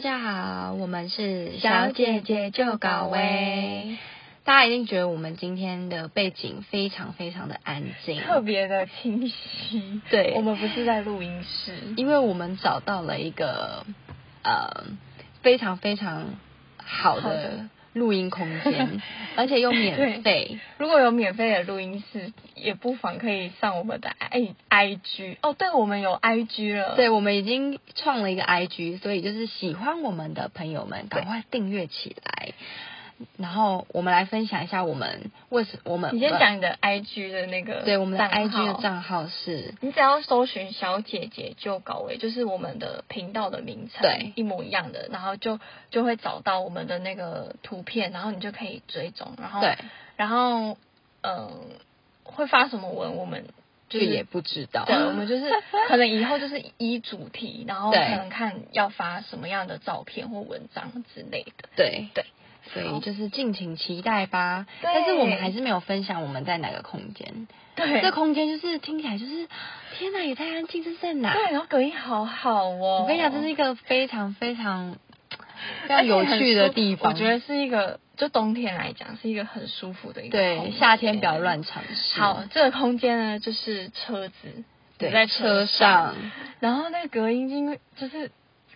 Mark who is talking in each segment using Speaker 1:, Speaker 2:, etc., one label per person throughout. Speaker 1: 家好，我们是
Speaker 2: 小姐姐就搞喂，
Speaker 1: 大家一定觉得我们今天的背景非常非常的安静，
Speaker 2: 特别的清晰。
Speaker 1: 对
Speaker 2: 我们不是在录音室，
Speaker 1: 因为我们找到了一个呃非常非常好
Speaker 2: 好
Speaker 1: 的
Speaker 2: 的
Speaker 1: 录音空 间，而且又免费。
Speaker 2: 如果有免费的录音室，也不妨可以上我们的 i i g 哦，对，我们有 i g 了，
Speaker 1: 对，我们已经创了一个 IG，所以就是喜欢我们的朋友们，赶快订阅起来。然后我们来分享一下我们为什我们呃
Speaker 2: 你先讲你的 i g 的那个，
Speaker 1: 对我们的 IG 的。账号是
Speaker 2: 你只要搜寻“小姐姐就搞喂”，就是我们的频道的名称，
Speaker 1: 对
Speaker 2: 一模一样的，然后就就会找到我们的那个图片，然后你就可以追踪，然后
Speaker 1: 对，
Speaker 2: 然后嗯，会发什么文，我们
Speaker 1: 就
Speaker 2: 就是
Speaker 1: 也不知道。
Speaker 2: 对，我们 就是可能以后就是依主题，然后可
Speaker 1: 对
Speaker 2: 能看要发什么样的照片或文章之类的。
Speaker 1: 对
Speaker 2: 对，
Speaker 1: 所
Speaker 2: 好
Speaker 1: 以就是敬请期待吧。
Speaker 2: 对
Speaker 1: 但是我们还是没有分享我们在哪个空间。
Speaker 2: 对
Speaker 1: 这
Speaker 2: 对，
Speaker 1: 空间就是听起来就是，天哪，也太安静，这是在哪？
Speaker 2: 然后隔音好好哦。
Speaker 1: 我跟你讲，这是一个非常非常非常有趣的地方。
Speaker 2: 我觉得是一个，就冬天来讲是一个很舒服的一个空
Speaker 1: 对，
Speaker 2: 间
Speaker 1: 夏天不要。乱尝试。
Speaker 2: 好，，这个空间呢，就是车子，
Speaker 1: 对，
Speaker 2: 在
Speaker 1: 车
Speaker 2: 车
Speaker 1: 上
Speaker 2: 上然后那个隔音因为就是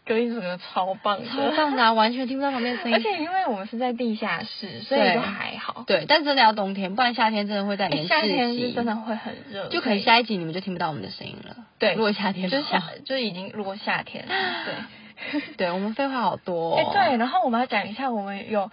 Speaker 2: 隔音整个超棒的，
Speaker 1: 超棒的啊，完全听不到旁边的声
Speaker 2: 而
Speaker 1: 音。
Speaker 2: 且因为我们是在地下室，所以
Speaker 1: 对
Speaker 2: 就还好。
Speaker 1: 对，但真的要冬天，不然夏天真的会在里
Speaker 2: 欸
Speaker 1: 面
Speaker 2: 夏天
Speaker 1: 窒
Speaker 2: 是
Speaker 1: 息。
Speaker 2: 真的会很热，
Speaker 1: 就可能下一集你们就听不到我们的声音了。
Speaker 2: 对
Speaker 1: 如果夏天
Speaker 2: 就
Speaker 1: 的
Speaker 2: 是
Speaker 1: 话
Speaker 2: 夏，就已经如果夏天了， 对，
Speaker 1: 对我们废话好多、
Speaker 2: 哎、
Speaker 1: 哦。
Speaker 2: 对，然后我们要讲一下，我们有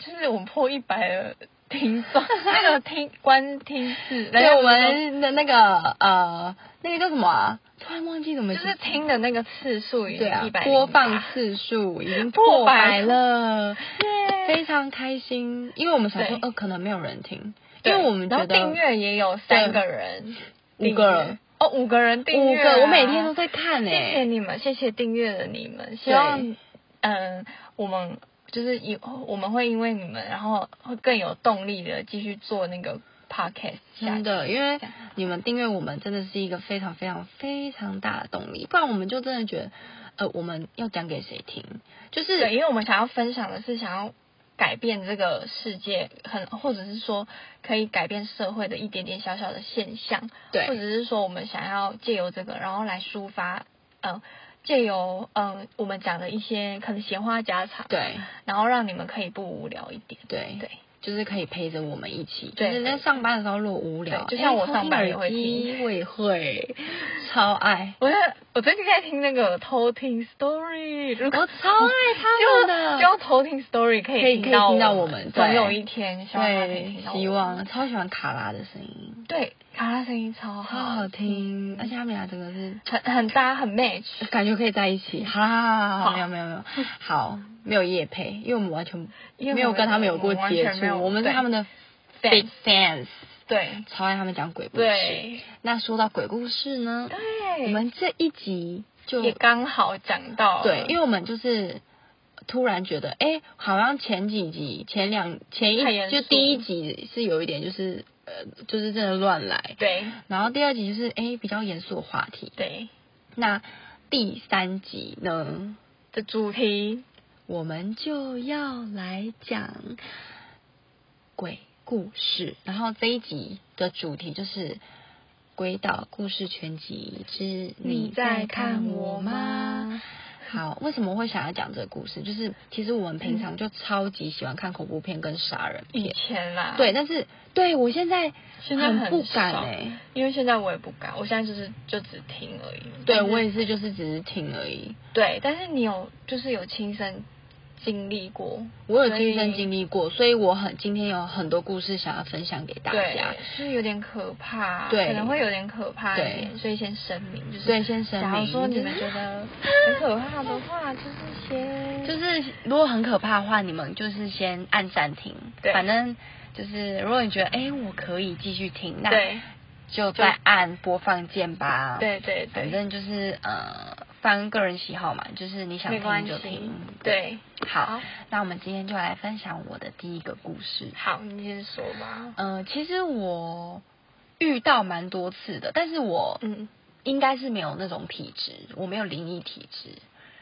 Speaker 2: 就是我们破一百的听众，那个听观听是，
Speaker 1: 对，我们的那个呃，那个叫什么啊？突然忘记怎么
Speaker 2: 就是听的那个次数已经
Speaker 1: 对啊
Speaker 2: 一百、，
Speaker 1: 播放次数已经
Speaker 2: 破
Speaker 1: 百
Speaker 2: 百
Speaker 1: 了，
Speaker 2: 耶，
Speaker 1: 非常开心，因为我们想说，
Speaker 2: 对
Speaker 1: 呃，可能没有人听，因
Speaker 2: 对
Speaker 1: 为我们
Speaker 2: 然
Speaker 1: 觉
Speaker 2: 后
Speaker 1: 得
Speaker 2: 订阅也有三个人，
Speaker 1: 五个
Speaker 2: 订阅哦，五个人订
Speaker 1: 五
Speaker 2: 阅、
Speaker 1: 个，我每天都。在看欸
Speaker 2: 谢谢
Speaker 1: 诶、
Speaker 2: 你们，谢谢订阅的你们，希望嗯，我们就是以我们会因为你们，然后会更有动力的继续做那个 podcast 下
Speaker 1: 真
Speaker 2: 去。
Speaker 1: 的，因为你们订阅我们真的是一个非常非常非常大的动力，不然我们就真的觉得，呃，我们要讲给谁听？就是
Speaker 2: 对，因为我们想要分享的是想要改变这个世界，很或者是说可以改变社会的一点点小小的现象，
Speaker 1: 对
Speaker 2: 或者是说我们想要借由这个，然后来抒发，嗯，借由嗯我们讲的一些可能闲话家常，，
Speaker 1: 对
Speaker 2: 然后让你们可以不无聊一点，
Speaker 1: 对
Speaker 2: 对。
Speaker 1: 就是可以陪着我们一起，就
Speaker 2: 对
Speaker 1: 是在上班的时候如果无聊，
Speaker 2: 对就像
Speaker 1: 哎
Speaker 2: 我上班也
Speaker 1: 偷耳
Speaker 2: 会
Speaker 1: 机我也会，超爱，
Speaker 2: 我在我最近在听那个偷听 story，如
Speaker 1: 我
Speaker 2: 果
Speaker 1: 超爱他们的，
Speaker 2: 就就偷听 story 可
Speaker 1: 可以
Speaker 2: 以
Speaker 1: 可以
Speaker 2: 到
Speaker 1: 听到我
Speaker 2: 我
Speaker 1: 们对
Speaker 2: 总有一天希望他可以听
Speaker 1: 对，
Speaker 2: 到我们
Speaker 1: 希望超喜欢卡拉的声音，
Speaker 2: 对卡拉声音超
Speaker 1: 超
Speaker 2: 好嗯
Speaker 1: 好，听，而且他们俩真的是
Speaker 2: 很很搭很 match，
Speaker 1: 感觉可以在一起，好啦，好
Speaker 2: 好
Speaker 1: 没有没有没有，好没有夜配，因为我们完全
Speaker 2: 因为
Speaker 1: 没有跟他们有过
Speaker 2: 我们完
Speaker 1: 接
Speaker 2: 全没有
Speaker 1: 触，我们是
Speaker 2: 对
Speaker 1: 他们的 big fans，
Speaker 2: fans 对
Speaker 1: 超爱他们讲鬼故事。
Speaker 2: 对
Speaker 1: 那说到鬼故事呢，
Speaker 2: 对，
Speaker 1: 我们这一集就
Speaker 2: 也刚好讲到
Speaker 1: 对，因
Speaker 2: 为
Speaker 1: 为我们就是突然觉得，哎、好像前几集、前两、前
Speaker 2: 太
Speaker 1: 一
Speaker 2: 严
Speaker 1: 就
Speaker 2: 肃
Speaker 1: 第一集是有一点就是呃，就是真的乱来，
Speaker 2: 对
Speaker 1: 然后第二集就是哎、诶比较严肃的话题，
Speaker 2: 对
Speaker 1: 那第三集呢，
Speaker 2: 的主题
Speaker 1: 我们就要来讲鬼故事，然后这一集的主题就是。鬼岛故事全集之
Speaker 2: 你在看我吗？
Speaker 1: 好，为什么会想要讲这个故事？就是其实我们平常就超级喜欢看恐怖片跟杀人
Speaker 2: 以
Speaker 1: 片，
Speaker 2: 前啦，
Speaker 1: 对，，但是对我现在
Speaker 2: 现在很
Speaker 1: 不敢
Speaker 2: 少
Speaker 1: 哎、
Speaker 2: 因为现在我也不敢，我现在就是就只听而已，
Speaker 1: 对
Speaker 2: 但是
Speaker 1: 我也是，就是只是听而已。
Speaker 2: 对，但是你有就是有亲身经历过，
Speaker 1: 我有
Speaker 2: 所
Speaker 1: 亲身
Speaker 2: 以
Speaker 1: 经历过，所以我很今天有很多故事想要分享给大家。
Speaker 2: 对，啊就是有点可怕，
Speaker 1: 对
Speaker 2: 可能会有点可怕一
Speaker 1: 对
Speaker 2: 点，所以先声明，就是
Speaker 1: 对先声明
Speaker 2: 假如说你们觉得很可怕的话，就是 先
Speaker 1: 就是如果很可怕的话，你们就是先按暂停。
Speaker 2: 对
Speaker 1: 反正就是如果你觉得哎、诶我可以继续听，那
Speaker 2: 对
Speaker 1: 就再按播放键吧。，
Speaker 2: 对对
Speaker 1: 反
Speaker 2: 对，
Speaker 1: 正就是呃，翻个人喜好嘛，就是你想
Speaker 2: 没关
Speaker 1: 听
Speaker 2: 系
Speaker 1: 就听。，
Speaker 2: 对，
Speaker 1: 好
Speaker 2: 好，
Speaker 1: 那我们今天就来分享我的第一个故事。
Speaker 2: 好，你先说吧。
Speaker 1: 呃，其实我遇到蛮多次的，但是我
Speaker 2: 嗯，
Speaker 1: 应该是没有那种体质，我没有灵异体质。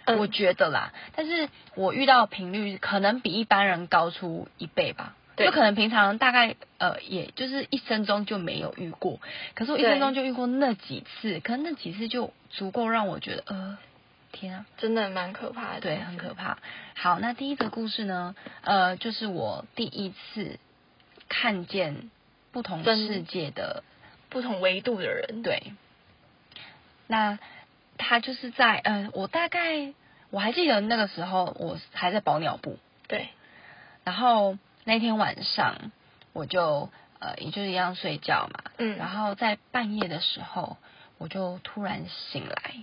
Speaker 2: 嗯
Speaker 1: 我觉得啦。但是我遇到的频率可能比一般人高出一倍吧。
Speaker 2: 对
Speaker 1: 就可能平常大概呃，也就是一生中就没有遇过，可是我一
Speaker 2: 对
Speaker 1: 生中就遇过那几次，可是那几次就足够让我觉得呃，天啊，
Speaker 2: 真的蛮可怕的。
Speaker 1: 对，很可怕。好，那第一个故事呢，呃，就是我第一次看见不同
Speaker 2: 真
Speaker 1: 世界的
Speaker 2: 不同维度的人，
Speaker 1: 对，那他就是在呃，我大概我还记得那个时候我还在保鸟部，
Speaker 2: 对
Speaker 1: 然后那天晚上我就呃也就是一样睡觉嘛，
Speaker 2: 嗯
Speaker 1: 然后在半夜的时候我就突然醒来。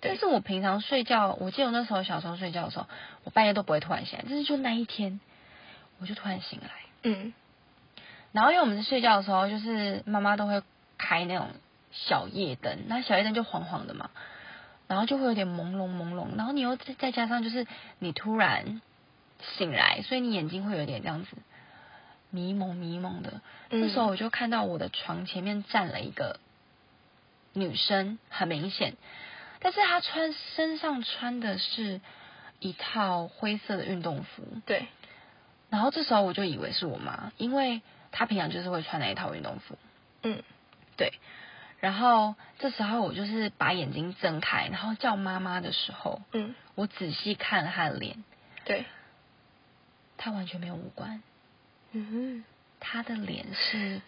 Speaker 2: 对
Speaker 1: 但是我平常睡觉，我记得我那时候小时候睡觉的时候，我半夜都不会突然醒来，但是就那一天，我就突然醒来。
Speaker 2: 嗯，
Speaker 1: 然后因为我们睡觉的时候，就是妈妈都会开那种小夜灯，那小夜灯就黄黄的嘛，然后就会有点朦胧朦胧，然后你又再再加上就是你突然醒来，所以你眼睛会有点这样子迷蒙迷蒙的。
Speaker 2: 嗯
Speaker 1: 那时候我就看到我的床前面站了一个女生，很明显，但是她穿身上穿的是一套灰色的运动服，
Speaker 2: 对
Speaker 1: 然后这时候我就以为是我妈，因为她平常就是会穿那一套运动服。
Speaker 2: 嗯
Speaker 1: 对，然后这时候我就是把眼睛睁开，然后叫妈妈的时候，
Speaker 2: 嗯
Speaker 1: 我仔细看了她的脸，
Speaker 2: 对，
Speaker 1: 她完全没有五官，
Speaker 2: 嗯，
Speaker 1: 她的脸是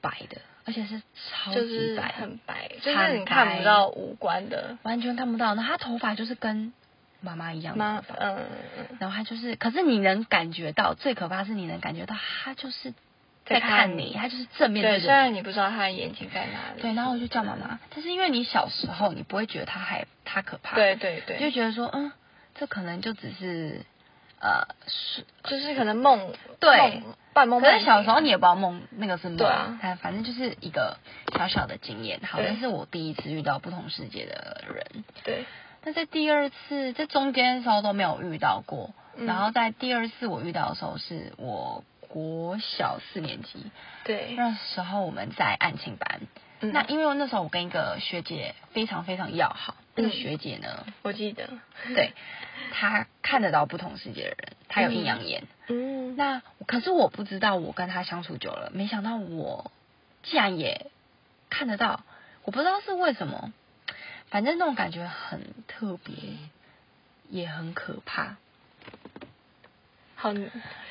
Speaker 1: 白的，而且是超
Speaker 2: 就
Speaker 1: 级
Speaker 2: 是
Speaker 1: 白，
Speaker 2: 很白，就
Speaker 1: 惨
Speaker 2: 是你看
Speaker 1: 白
Speaker 2: 不到五官的
Speaker 1: 完全看不到。那她头发就是跟妈妈一样的
Speaker 2: 妈，
Speaker 1: 头发，
Speaker 2: 嗯，嗯
Speaker 1: 然后她就是，可是你能感觉到，最可怕是你能感觉到她就是
Speaker 2: 在
Speaker 1: 在
Speaker 2: 看
Speaker 1: 看
Speaker 2: 你
Speaker 1: 你，她就是正面
Speaker 2: 对，
Speaker 1: 对
Speaker 2: 虽
Speaker 1: 着你。
Speaker 2: 然你不知道他的眼睛在哪里，
Speaker 1: 对，然后我就叫妈妈，但是因为你小时候你不会觉得她害她可怕，
Speaker 2: 对对
Speaker 1: 你就
Speaker 2: 对，
Speaker 1: 觉得说，嗯，这可能就只是呃是，
Speaker 2: 就是可能梦，
Speaker 1: 对
Speaker 2: 梦半梦
Speaker 1: 可
Speaker 2: 半
Speaker 1: 是
Speaker 2: 醒
Speaker 1: 小时候你也不知道梦那个是梦，
Speaker 2: 对啊
Speaker 1: 哎，反正就是一个小小的经验。好，
Speaker 2: 对
Speaker 1: 这是我第一次遇到不同世界的人，
Speaker 2: 对，
Speaker 1: 但在第二次在中间的时候都没有遇到过，
Speaker 2: 嗯
Speaker 1: 然后在第二次我遇到的时候是我国小四年级，
Speaker 2: 对，
Speaker 1: 那时候我们在安庆班，
Speaker 2: 嗯
Speaker 1: 那因为那时候我跟一个学姐非常非常要好，那个
Speaker 2: 嗯
Speaker 1: 学姐呢，
Speaker 2: 我记得，
Speaker 1: 对她看得到不同世界的人，她有阴阳眼。
Speaker 2: 嗯，
Speaker 1: 那可是我不知道，我跟她相处久了，没想到我竟然也看得到，我不知道是为什么，反正那种感觉很特别，也很可怕。
Speaker 2: 好，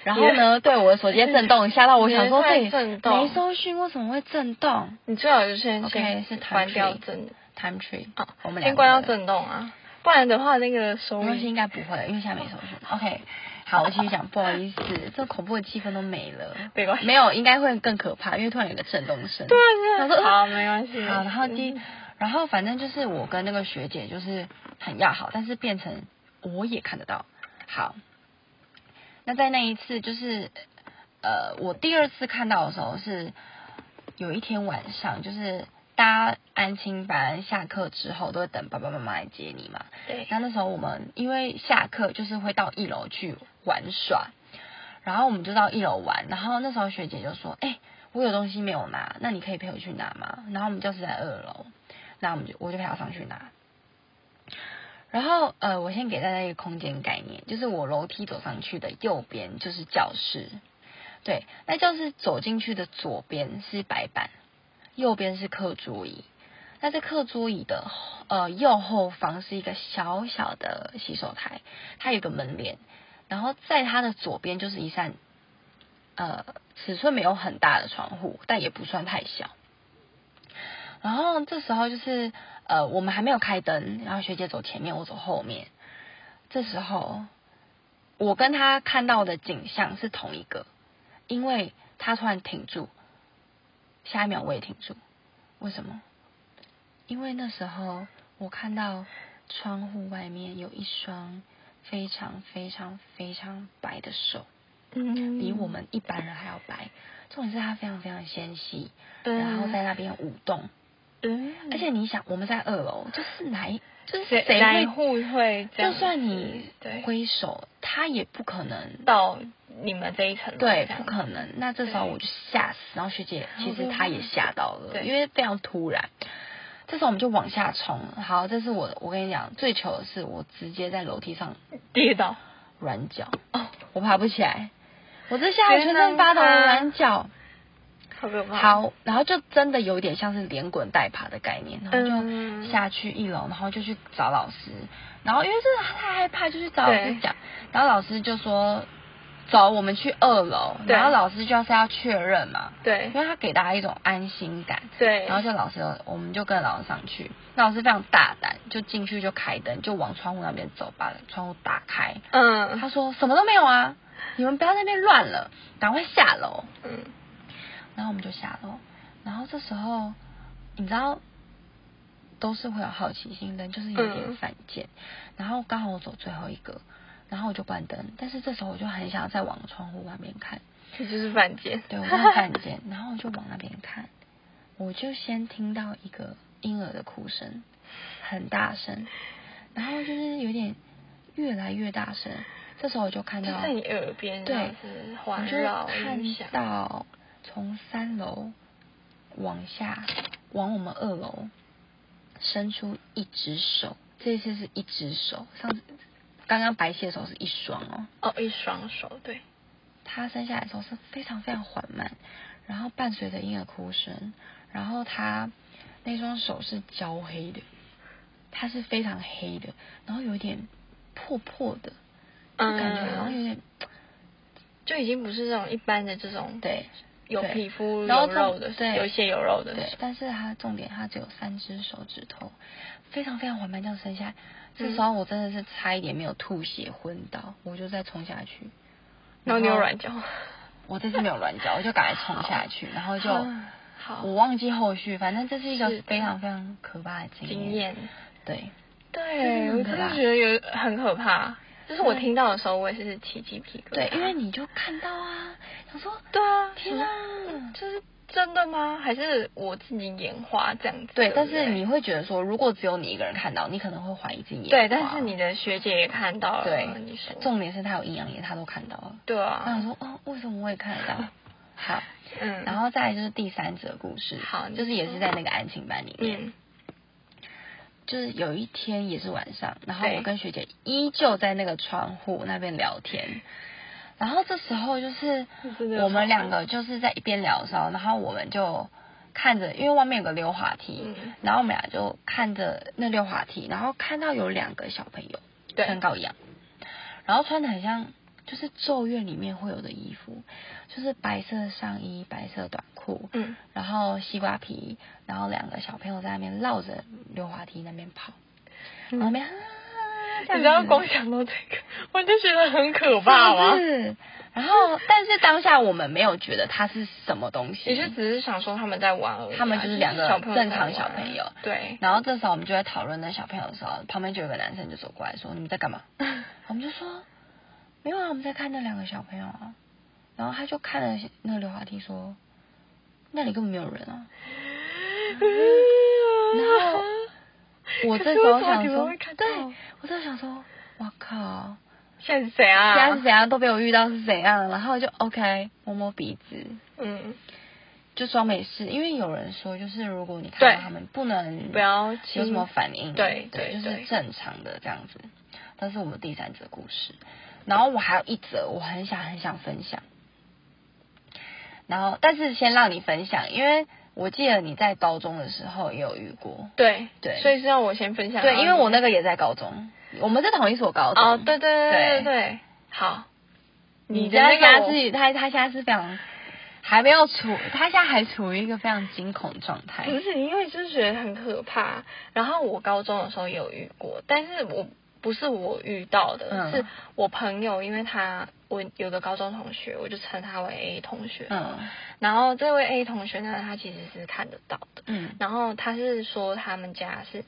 Speaker 1: 然后呢，对我的手机在震动，吓到 我想说，对
Speaker 2: 你的太，震动
Speaker 1: 没搜讯为什么会震动
Speaker 2: 你最好就先
Speaker 1: OK，
Speaker 2: 先
Speaker 1: 是弹
Speaker 2: 关掉
Speaker 1: 吹
Speaker 2: 震，
Speaker 1: ？Time tree，
Speaker 2: 啊，
Speaker 1: 我们两个
Speaker 2: 先关
Speaker 1: 的
Speaker 2: 掉震动啊，不然的话那个收
Speaker 1: 没关系，
Speaker 2: 音，
Speaker 1: 应该不会，因为现在没什么事。OK，好，我继续讲，不好意思，这恐怖的气氛都没了。
Speaker 2: 没关系
Speaker 1: 没有，应该会更可怕，因为突然有个震动声。
Speaker 2: 对 啊
Speaker 1: 想
Speaker 2: 对
Speaker 1: 说
Speaker 2: 啊，好，没关系，
Speaker 1: 好，然后第
Speaker 2: 嗯，
Speaker 1: 然后反正就是我跟那个学姐就是很要好，但是变成我也看得到。好，那在那一次就是，呃，我第二次看到的时候是有一天晚上，就是大家安亲班下课之后都会等爸爸妈妈来接你嘛，
Speaker 2: 对，
Speaker 1: 那那时候我们因为下课就是会到一楼去玩耍，然后我们就到一楼玩，然后那时候学姐就说：“哎、我有东西没有拿，那你可以陪我去拿吗？”然后我们教室在二楼，那我们就我就陪她上去拿。然后呃，我先给大家一个空间概念，就是我楼梯走上去的右边就是教室，对，那教室走进去的左边是白板，右边是课桌椅。那在课桌椅的呃右后方是一个小小的洗手台，它有一个门帘，然后在它的左边就是一扇呃尺寸没有很大的窗户，但也不算太小。然后这时候就是呃我们还没有开灯，然后学姐走前面，我走后面。这时候我跟她看到的景象是同一个，因为她突然停住，下一秒我也停住，为什么？因为那时候我看到窗户外面有一双非常非常非常白的手，
Speaker 2: 嗯
Speaker 1: 比我们一般人还要白。重点是它非常非常纤细，
Speaker 2: 嗯
Speaker 1: 然后在那边舞动。
Speaker 2: 嗯，
Speaker 1: 而且你想，我们在二楼，就是哪一就是
Speaker 2: 谁
Speaker 1: 谁
Speaker 2: 哪一
Speaker 1: 会，
Speaker 2: 户会这样
Speaker 1: 就
Speaker 2: 子，
Speaker 1: 算你
Speaker 2: 对
Speaker 1: 挥手，他也不可能。
Speaker 2: 到你们这一层楼
Speaker 1: 对，
Speaker 2: 这样
Speaker 1: 不可能。那这时候
Speaker 2: 对哦
Speaker 1: 我就吓死，然后学姐其实她也吓到了，
Speaker 2: 对
Speaker 1: 因为非常突然。这时候我们就往下冲。好，这是我我跟你讲最糗的是，我直接在楼梯上
Speaker 2: 跌倒，
Speaker 1: 软脚，
Speaker 2: 哦，
Speaker 1: 我爬不起来，我这下全
Speaker 2: 原来
Speaker 1: 身发抖的
Speaker 2: 吗
Speaker 1: 软脚。
Speaker 2: 好可怕。，
Speaker 1: 好，然后就真的有点像是连滚带爬的概念，然后就
Speaker 2: 嗯
Speaker 1: 下去一楼，然后就去找老师，然后因为真的太害怕，就去找老师
Speaker 2: 对
Speaker 1: 讲，然后老师就说走，我们去二楼，
Speaker 2: 对
Speaker 1: 然后老师就是要确认嘛，
Speaker 2: 对
Speaker 1: 因为他给大家一种安心感，
Speaker 2: 对，
Speaker 1: 然后就老师，我们就跟老师上去，那老师非常大胆，就进去就开灯，就往窗户那边走，把窗户打开，
Speaker 2: 嗯
Speaker 1: 他说什么都没有啊，你们不要在那边乱了，赶快下楼，
Speaker 2: 嗯，
Speaker 1: 然后我们就下楼，然后这时候你知道都是会有好奇心的，就是有点
Speaker 2: 嗯
Speaker 1: 犯贱。然后刚好我走最后一个，然后我就关灯，但是这时候我就很想要再往窗户外面看，
Speaker 2: 这就是犯贱。
Speaker 1: 对我很犯贱，然后我就往那边看，我就先听到一个婴儿的哭声，很大声，然后就是有点越来越大声。这时候我就看
Speaker 2: 就
Speaker 1: 到
Speaker 2: 在你耳边这
Speaker 1: 对
Speaker 2: 样子环
Speaker 1: 我就
Speaker 2: 绕
Speaker 1: 看
Speaker 2: 音响，
Speaker 1: 到从三楼往下往我们二楼伸出一只手，这次是一只手，上次刚刚白皙的时候是一双哦，
Speaker 2: 哦，一双手，对，
Speaker 1: 它伸下来的时候是非常非常缓慢，然后伴随着婴儿哭声，然后它那双手是焦黑的，它是非常黑的，然后有一点破破的，就感觉好像有点、
Speaker 2: 嗯就已经不是这种一般的这种
Speaker 1: 对。
Speaker 2: 有
Speaker 1: 对
Speaker 2: 皮肤
Speaker 1: 然后
Speaker 2: 有
Speaker 1: 这
Speaker 2: 肉的，
Speaker 1: 对
Speaker 2: 有血有肉的，
Speaker 1: 对，但是它重点，它只有三只手指头，非常非常缓慢这样伸
Speaker 2: 嗯
Speaker 1: 下来。这时候我真的是差一点没有吐血昏倒，我就再冲下去。
Speaker 2: 然后你有软脚，
Speaker 1: 我这次没有软脚，我就赶快冲下去，然后就
Speaker 2: 啊好
Speaker 1: 我忘记后续，反正这是一个
Speaker 2: 是
Speaker 1: 非常非常可怕的经
Speaker 2: 经验，
Speaker 1: 对，
Speaker 2: 对
Speaker 1: 这
Speaker 2: 我
Speaker 1: 真的很可
Speaker 2: 真
Speaker 1: 怕
Speaker 2: 的觉得有很可怕。就是我
Speaker 1: 对
Speaker 2: 听到的时候，我也是起鸡皮疙瘩。
Speaker 1: 对，因为你就看到啊，想说
Speaker 2: 对啊，
Speaker 1: 天
Speaker 2: 哪，
Speaker 1: 啊，
Speaker 2: 就是真的吗？还是我自己眼花这样子？
Speaker 1: 对，
Speaker 2: 不
Speaker 1: 但是你会觉得说，如果只有你一个人看到，你可能会怀疑自己眼
Speaker 2: 对，
Speaker 1: 花
Speaker 2: 但是你的学姐也看到了，
Speaker 1: 对
Speaker 2: 你说
Speaker 1: 重点是他有阴阳眼，他都看到了。
Speaker 2: 对
Speaker 1: 我想
Speaker 2: 啊，
Speaker 1: 说，哦，为什么我也看得 到？好，
Speaker 2: 嗯，
Speaker 1: 然后再来就是第三则故事，
Speaker 2: 好你
Speaker 1: 就是也
Speaker 2: 说
Speaker 1: 是在那个安亲班里面，
Speaker 2: 嗯，
Speaker 1: 就是有一天也是晚上，然后
Speaker 2: 对
Speaker 1: 我跟学姐依旧在那个窗户那边聊天，然后这时候就是
Speaker 2: 真的
Speaker 1: 我们
Speaker 2: 好
Speaker 1: 两个就是在一边聊的时候，然后我们就看着，因为外面有个溜滑梯，
Speaker 2: 嗯，
Speaker 1: 然后我们俩就看着那溜滑梯，然后看到有两个小朋友
Speaker 2: 对，
Speaker 1: 穿高一样，然后穿的很像就是《咒怨》里面会有的衣服，就是白色的上衣、白色的短裤，
Speaker 2: 嗯，
Speaker 1: 然后西瓜皮，然后两个小朋友在那边绕着溜滑梯那边跑，然后那边、啊、这样
Speaker 2: 嗯你知道
Speaker 1: 子
Speaker 2: 光想到这个， 我就觉得很可
Speaker 1: 是不
Speaker 2: 怕吗？
Speaker 1: 是然后，但是当下我们没有觉得它是什么东西，
Speaker 2: 也就只是想说他们在玩而已啊，
Speaker 1: 他们就是两个
Speaker 2: 小朋友
Speaker 1: 正常
Speaker 2: 在玩
Speaker 1: 小朋友
Speaker 2: 对，
Speaker 1: 然后这时候我们就在讨论那小朋友的时候，旁边就有个男生就走过来说：“你们在干嘛？”我们就说：“没有啊，我们在看那两个小朋友啊。”然后他就看了那个溜滑梯说：“那里根本没有人 啊。然后我这时候想说，对
Speaker 2: 对，
Speaker 1: 我这时候想说，我
Speaker 2: 啊
Speaker 1: 靠，
Speaker 2: 现在是谁
Speaker 1: 现在
Speaker 2: 啊
Speaker 1: 是？怎样都被我遇到是怎样，然后就 OK 摸摸鼻子，
Speaker 2: 嗯，
Speaker 1: 就装没事，因为有人说就是如果你看到
Speaker 2: 对
Speaker 1: 他们不能
Speaker 2: 啊不要
Speaker 1: 有什
Speaker 2: 亲
Speaker 1: 么反应，
Speaker 2: 对
Speaker 1: 对，
Speaker 2: 对
Speaker 1: 就是
Speaker 2: 对
Speaker 1: 正常的这样子。但是我们第三则故事，然后我还有一则，我很想很想分享。然后，但是先让你分享，因为我记得你在高中的时候也有遇过，
Speaker 2: 对
Speaker 1: 对
Speaker 2: 所以是要我先分享
Speaker 1: 对，因为我
Speaker 2: 那
Speaker 1: 那个也在高中，我们是同一所高中。
Speaker 2: 哦，对对对
Speaker 1: 对
Speaker 2: 对对，好，
Speaker 1: 你
Speaker 2: 的
Speaker 1: 家
Speaker 2: 那
Speaker 1: 现在
Speaker 2: 个我
Speaker 1: 是他，他现在是非常还没有处，他现在还处于一个非常惊恐状态。
Speaker 2: 不是因为就是觉得很可怕，然后我高中的时候也有遇过，但是我不是我遇到的，
Speaker 1: 嗯
Speaker 2: 是我朋友，因为他我有个高中同学，我就称他为 A 同学，
Speaker 1: 嗯
Speaker 2: 然后这位 A 同学呢，他其实是看得到的，
Speaker 1: 嗯
Speaker 2: 然后他是说他们家是，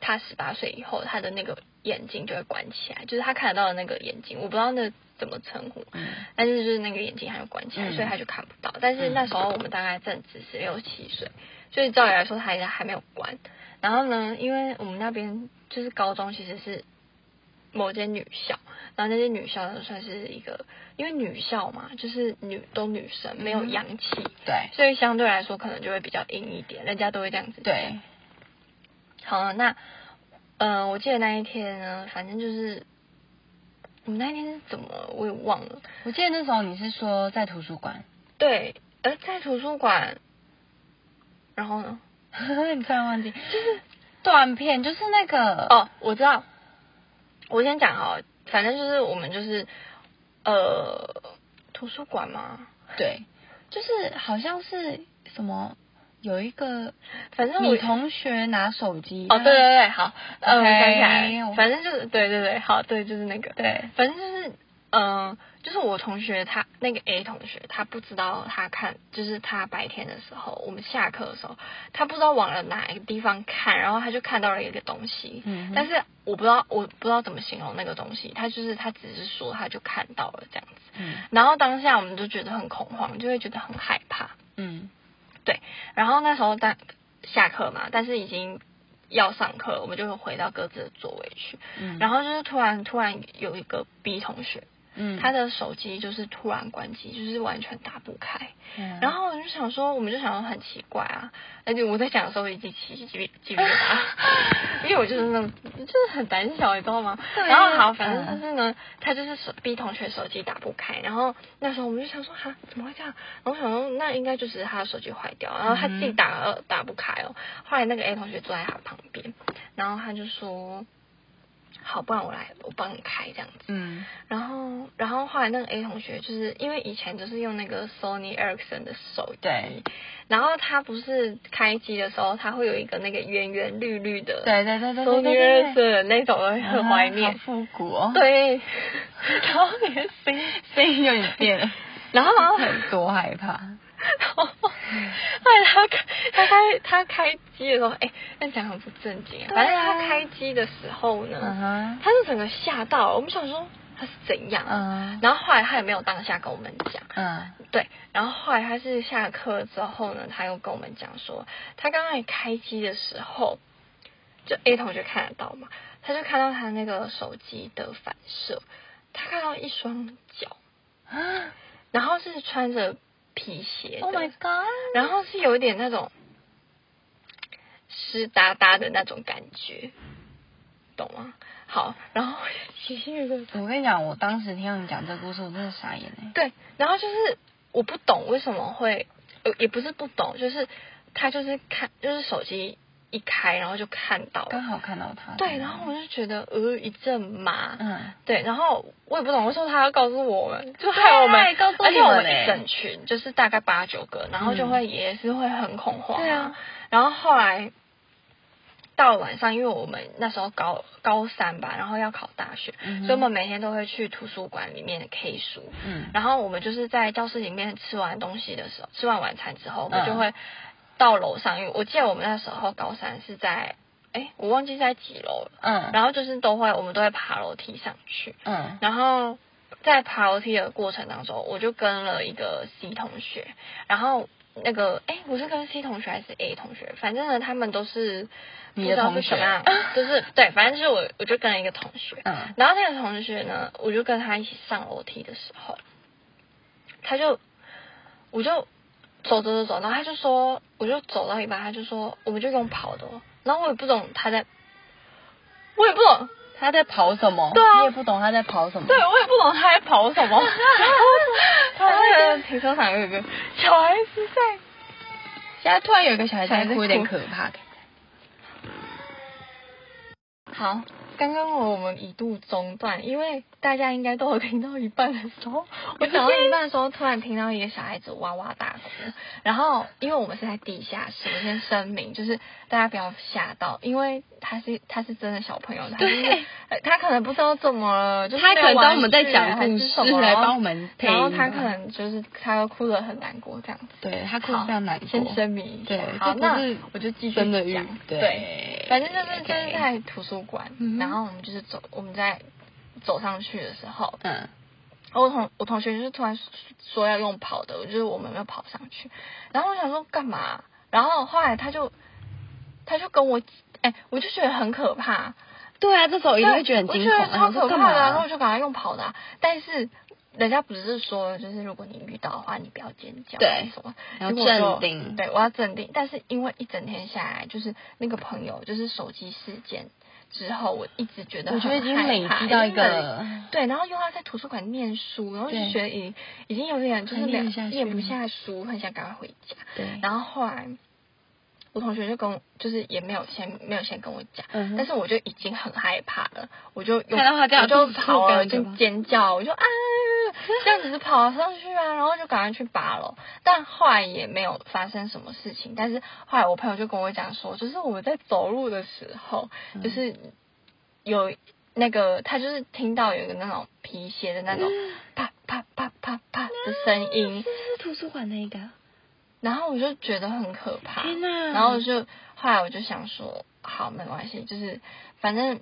Speaker 2: 他十八岁以后，他的那个眼睛就会关起来，就是他看得到的那个眼睛，我不知道那怎么称呼，
Speaker 1: 嗯
Speaker 2: 但是就是那个眼睛还有关起来，
Speaker 1: 嗯
Speaker 2: 所以他就看不到。但是那时候我们大概正值十六七岁，所以照理来说他还还没有关。然后呢，因为我们那边就是高中其实是某间女校，然后那些女校呢算是一个，因为女校嘛，就是女都女生，没有阳气，
Speaker 1: 对
Speaker 2: 所以相对来说可能就会比较阴一点，人家都会这样子讲
Speaker 1: 对，
Speaker 2: 好了，那嗯、呃我记得那一天呢，反正就是我们那一天是怎么了我也忘了。
Speaker 1: 我记得那时候你是说在图书馆，
Speaker 2: 对，呃，在图书馆，然后呢？
Speaker 1: 你突然忘记，就是短片，就是那个
Speaker 2: 哦，我知道，我先讲哦，反正就是我们就是呃图书馆嘛，
Speaker 1: 对，就是好像是什么有一个
Speaker 2: 反正我
Speaker 1: 你同学拿手机
Speaker 2: 哦，对对对，好，呃，我
Speaker 1: OK，
Speaker 2: 想起来了
Speaker 1: 我，
Speaker 2: 反正就是对对对，好，对，就是那个，
Speaker 1: 对
Speaker 2: 反正就是，嗯、就是我同学他那个 A 同学，他不知道他看，就是他白天的时候，我们下课的时候，他不知道往了哪一个地方看，然后他就看到了一个东西，
Speaker 1: 嗯哼
Speaker 2: 但是我不知道，我不知道怎么形容那个东西，他就是他只是说他就看到了这样子，
Speaker 1: 嗯
Speaker 2: 然后当下我们就觉得很恐慌，就会觉得很害怕，
Speaker 1: 嗯
Speaker 2: 然后那时候大下课嘛，但是已经要上课，我们就回到各自的座位去。
Speaker 1: 嗯，
Speaker 2: 然
Speaker 1: 后
Speaker 2: 后就是突然突然有一个 B 同学，
Speaker 1: 嗯
Speaker 2: 他的手机就是突然关机，就是完全打不开。
Speaker 1: 嗯
Speaker 2: 然后我就想说，我们就想说很奇怪啊，而且我在讲的时候已经起鸡皮鸡皮疙啊 瘩，因为我就是那种就是很胆小，你知道吗？
Speaker 1: 对啊
Speaker 2: 然后好，反正
Speaker 1: 嗯
Speaker 2: 就是呢，他就是手 B 同学手机打不开，然后那时候我们就想说，哈，怎么会这样？然后我想说，那应该就是他的手机坏掉，然后他自己打了、打不开哦。后来那个 A 同学坐在他旁边，然后他就说，好，不然我来，我帮你开这样子。
Speaker 1: 嗯
Speaker 2: 然后，然后后来那个 A 同学，就是因为以前就是用那个 Sony Ericsson 的手
Speaker 1: 对
Speaker 2: 机，然后他不是开机的时候，它会有一个那个圆圆绿绿的
Speaker 1: 对对对对对
Speaker 2: Sony
Speaker 1: 对对
Speaker 2: Ericsson
Speaker 1: 对，
Speaker 2: 的那种，很怀念
Speaker 1: 啊好。复古哦，
Speaker 2: 对，然后你的声音，
Speaker 1: 声音有 点变了，
Speaker 2: 然后然后
Speaker 1: 很多害怕，
Speaker 2: 然后后来他开他开他开机的时候，哎，那讲很不正经啊。
Speaker 1: 对啊
Speaker 2: 反正他开机的时候
Speaker 1: 嗯
Speaker 2: 呢，
Speaker 1: 哼
Speaker 2: 他就整个吓到了，我们想说他是怎样啊，
Speaker 1: 嗯
Speaker 2: 然后后来他也没有当下跟我们讲。
Speaker 1: 嗯
Speaker 2: 对，然后后来他是下课之后呢，他又跟我们讲说，他刚才开机的时候，就 A 同学看得到嘛，他就看到他那个手机的反射，他看到一双脚，
Speaker 1: 啊
Speaker 2: 然后是穿着皮鞋的
Speaker 1: ，Oh my god，
Speaker 2: 然后是有一点那种湿哒哒的那种感觉，懂吗？好，然后继续的
Speaker 1: 我跟你讲，我当时听到你讲这个故事，我真的傻眼哎，
Speaker 2: 对，然后就是我不懂为什么会，呃，也不是不懂，就是他就是看，就是手机一开，然后就看到
Speaker 1: 刚
Speaker 2: 了，
Speaker 1: 好看到他，
Speaker 2: 对，然后我就觉得呃一阵麻，
Speaker 1: 嗯
Speaker 2: 对，然后我也不懂为什么他要告诉我们，就
Speaker 1: 对啊
Speaker 2: 害我们，
Speaker 1: 告诉
Speaker 2: 而且
Speaker 1: 你
Speaker 2: 我
Speaker 1: 们
Speaker 2: 们
Speaker 1: 嘞
Speaker 2: 一整群就是大概八九个，然后就
Speaker 1: 嗯
Speaker 2: 会也是会很恐慌、
Speaker 1: 对啊，
Speaker 2: 然后后来。到了晚上，因为我们那时候高高三吧，然后要考大学，
Speaker 1: 嗯哼
Speaker 2: 所以我们每天都会去图书馆里面 K 书。
Speaker 1: 嗯
Speaker 2: 然后我们就是在教室里面吃完东西的时候，吃完晚餐之后，我们
Speaker 1: 嗯
Speaker 2: 就会到楼上，因为我记得我们那时候高三是在，哎，我忘记在几楼了。
Speaker 1: 嗯
Speaker 2: 然后就是都会，我们都会爬楼梯上去。
Speaker 1: 嗯
Speaker 2: 然后在爬楼梯的过程当中，我就跟了一个 C 同学，然后那个哎，我是跟 C 同学还是 A 同学？反正呢，他们都是
Speaker 1: 你的同
Speaker 2: 不
Speaker 1: 学
Speaker 2: 知道是怎么样，就是对，反正就是我我就跟了一个同学，
Speaker 1: 嗯
Speaker 2: 然后那个同学呢，我就跟他一起上楼梯的时候，他就，我就走走走走，然后他就说，我就走到一半，他就说，我们就用跑的哦，然后我也不懂他在，我也不懂，
Speaker 1: 他在跑什么？
Speaker 2: 对啊
Speaker 1: 你也不懂他在跑什么。
Speaker 2: 对我也不懂他在跑什 么，然后他那个停车场有一个小孩子在
Speaker 1: 现在突然有一个小孩
Speaker 2: 小孩
Speaker 1: 在
Speaker 2: 在
Speaker 1: 哭，有点
Speaker 2: 哭
Speaker 1: 可怕。
Speaker 2: 好，刚刚我们一度中断，因为大家应该都有听到一半的时 候，我讲到一半的时候，突然听到一个小孩子哇哇大哭。然后，因为我们是在地下室，我先声明，就是大家不要吓到，因为他是他是真的小朋友，他就是
Speaker 1: 对
Speaker 2: 呃他可能不知道怎么了，就是
Speaker 1: 他可能
Speaker 2: 在
Speaker 1: 当我们在讲故事
Speaker 2: 什么，
Speaker 1: 来帮我们配音啊
Speaker 2: 然后他可能就是他又哭得很难过这样子。
Speaker 1: 对他哭
Speaker 2: 好
Speaker 1: 得非常难过。
Speaker 2: 先声明一下
Speaker 1: 哦对，
Speaker 2: 好，
Speaker 1: 这
Speaker 2: 那
Speaker 1: 不是
Speaker 2: 我就继续
Speaker 1: 真的遇
Speaker 2: 讲，
Speaker 1: 对
Speaker 2: 反正就是就是
Speaker 1: OK
Speaker 2: 在图书馆
Speaker 1: 嗯，哼
Speaker 2: 然后我们就是走，我们在走上去的时候，
Speaker 1: 嗯
Speaker 2: 我同我同学就是突然说要用跑的，就是我们没有跑上去，然后我想说干嘛，然后后来他就他就跟我，哎、我就觉得很可怕，
Speaker 1: 对啊，这时候一定会觉
Speaker 2: 对
Speaker 1: 得很惊
Speaker 2: 我觉
Speaker 1: 恐然后
Speaker 2: 得，超可
Speaker 1: 说干
Speaker 2: 怕
Speaker 1: 嘛啊
Speaker 2: 啊的啊、然后我就赶快用跑的啊、但是人家不是说，就是如果你遇到的话，你不要尖叫，
Speaker 1: 对
Speaker 2: 什么，
Speaker 1: 要
Speaker 2: 结果我
Speaker 1: 镇
Speaker 2: 就
Speaker 1: 定
Speaker 2: 对，我要镇定。但是因为一整天下来，就是那个朋友，就是手机事件之后，我一直觉得
Speaker 1: 我觉得已
Speaker 2: 很
Speaker 1: 经
Speaker 2: 害
Speaker 1: 累
Speaker 2: 怕
Speaker 1: 积到一
Speaker 2: 已经累
Speaker 1: 个，
Speaker 2: 对，然后又要在图书馆念书，然后就
Speaker 1: 对
Speaker 2: 觉得已已经有点就是
Speaker 1: 快念
Speaker 2: 两
Speaker 1: 不下去
Speaker 2: 念不
Speaker 1: 了
Speaker 2: 下书，很想赶快回家。
Speaker 1: 对，
Speaker 2: 然后后来我同学就跟我，就是也没有先没有先跟我讲，
Speaker 1: 嗯哼
Speaker 2: 但是我就已经很害怕了，我就又
Speaker 1: 看到他这样
Speaker 2: 我就
Speaker 1: 肚子
Speaker 2: 跑
Speaker 1: 痛
Speaker 2: 啊，
Speaker 1: 感
Speaker 2: 就
Speaker 1: 觉吧
Speaker 2: 尖叫，我就啊，这样子跑上去啊，然后就赶快去八楼，但后来也没有发生什么事情，但是后来我朋友就跟我讲说，就是我在走路的时候，就是
Speaker 1: 嗯
Speaker 2: 有。那个他就是听到有一个那种皮鞋的那种啪啪啪啪啪的声音，
Speaker 1: 嗯这是图书馆那个啊，
Speaker 2: 然后我就觉得很可怕，
Speaker 1: 天哪
Speaker 2: 然后我就后来我就想说，好，没关系，就是反正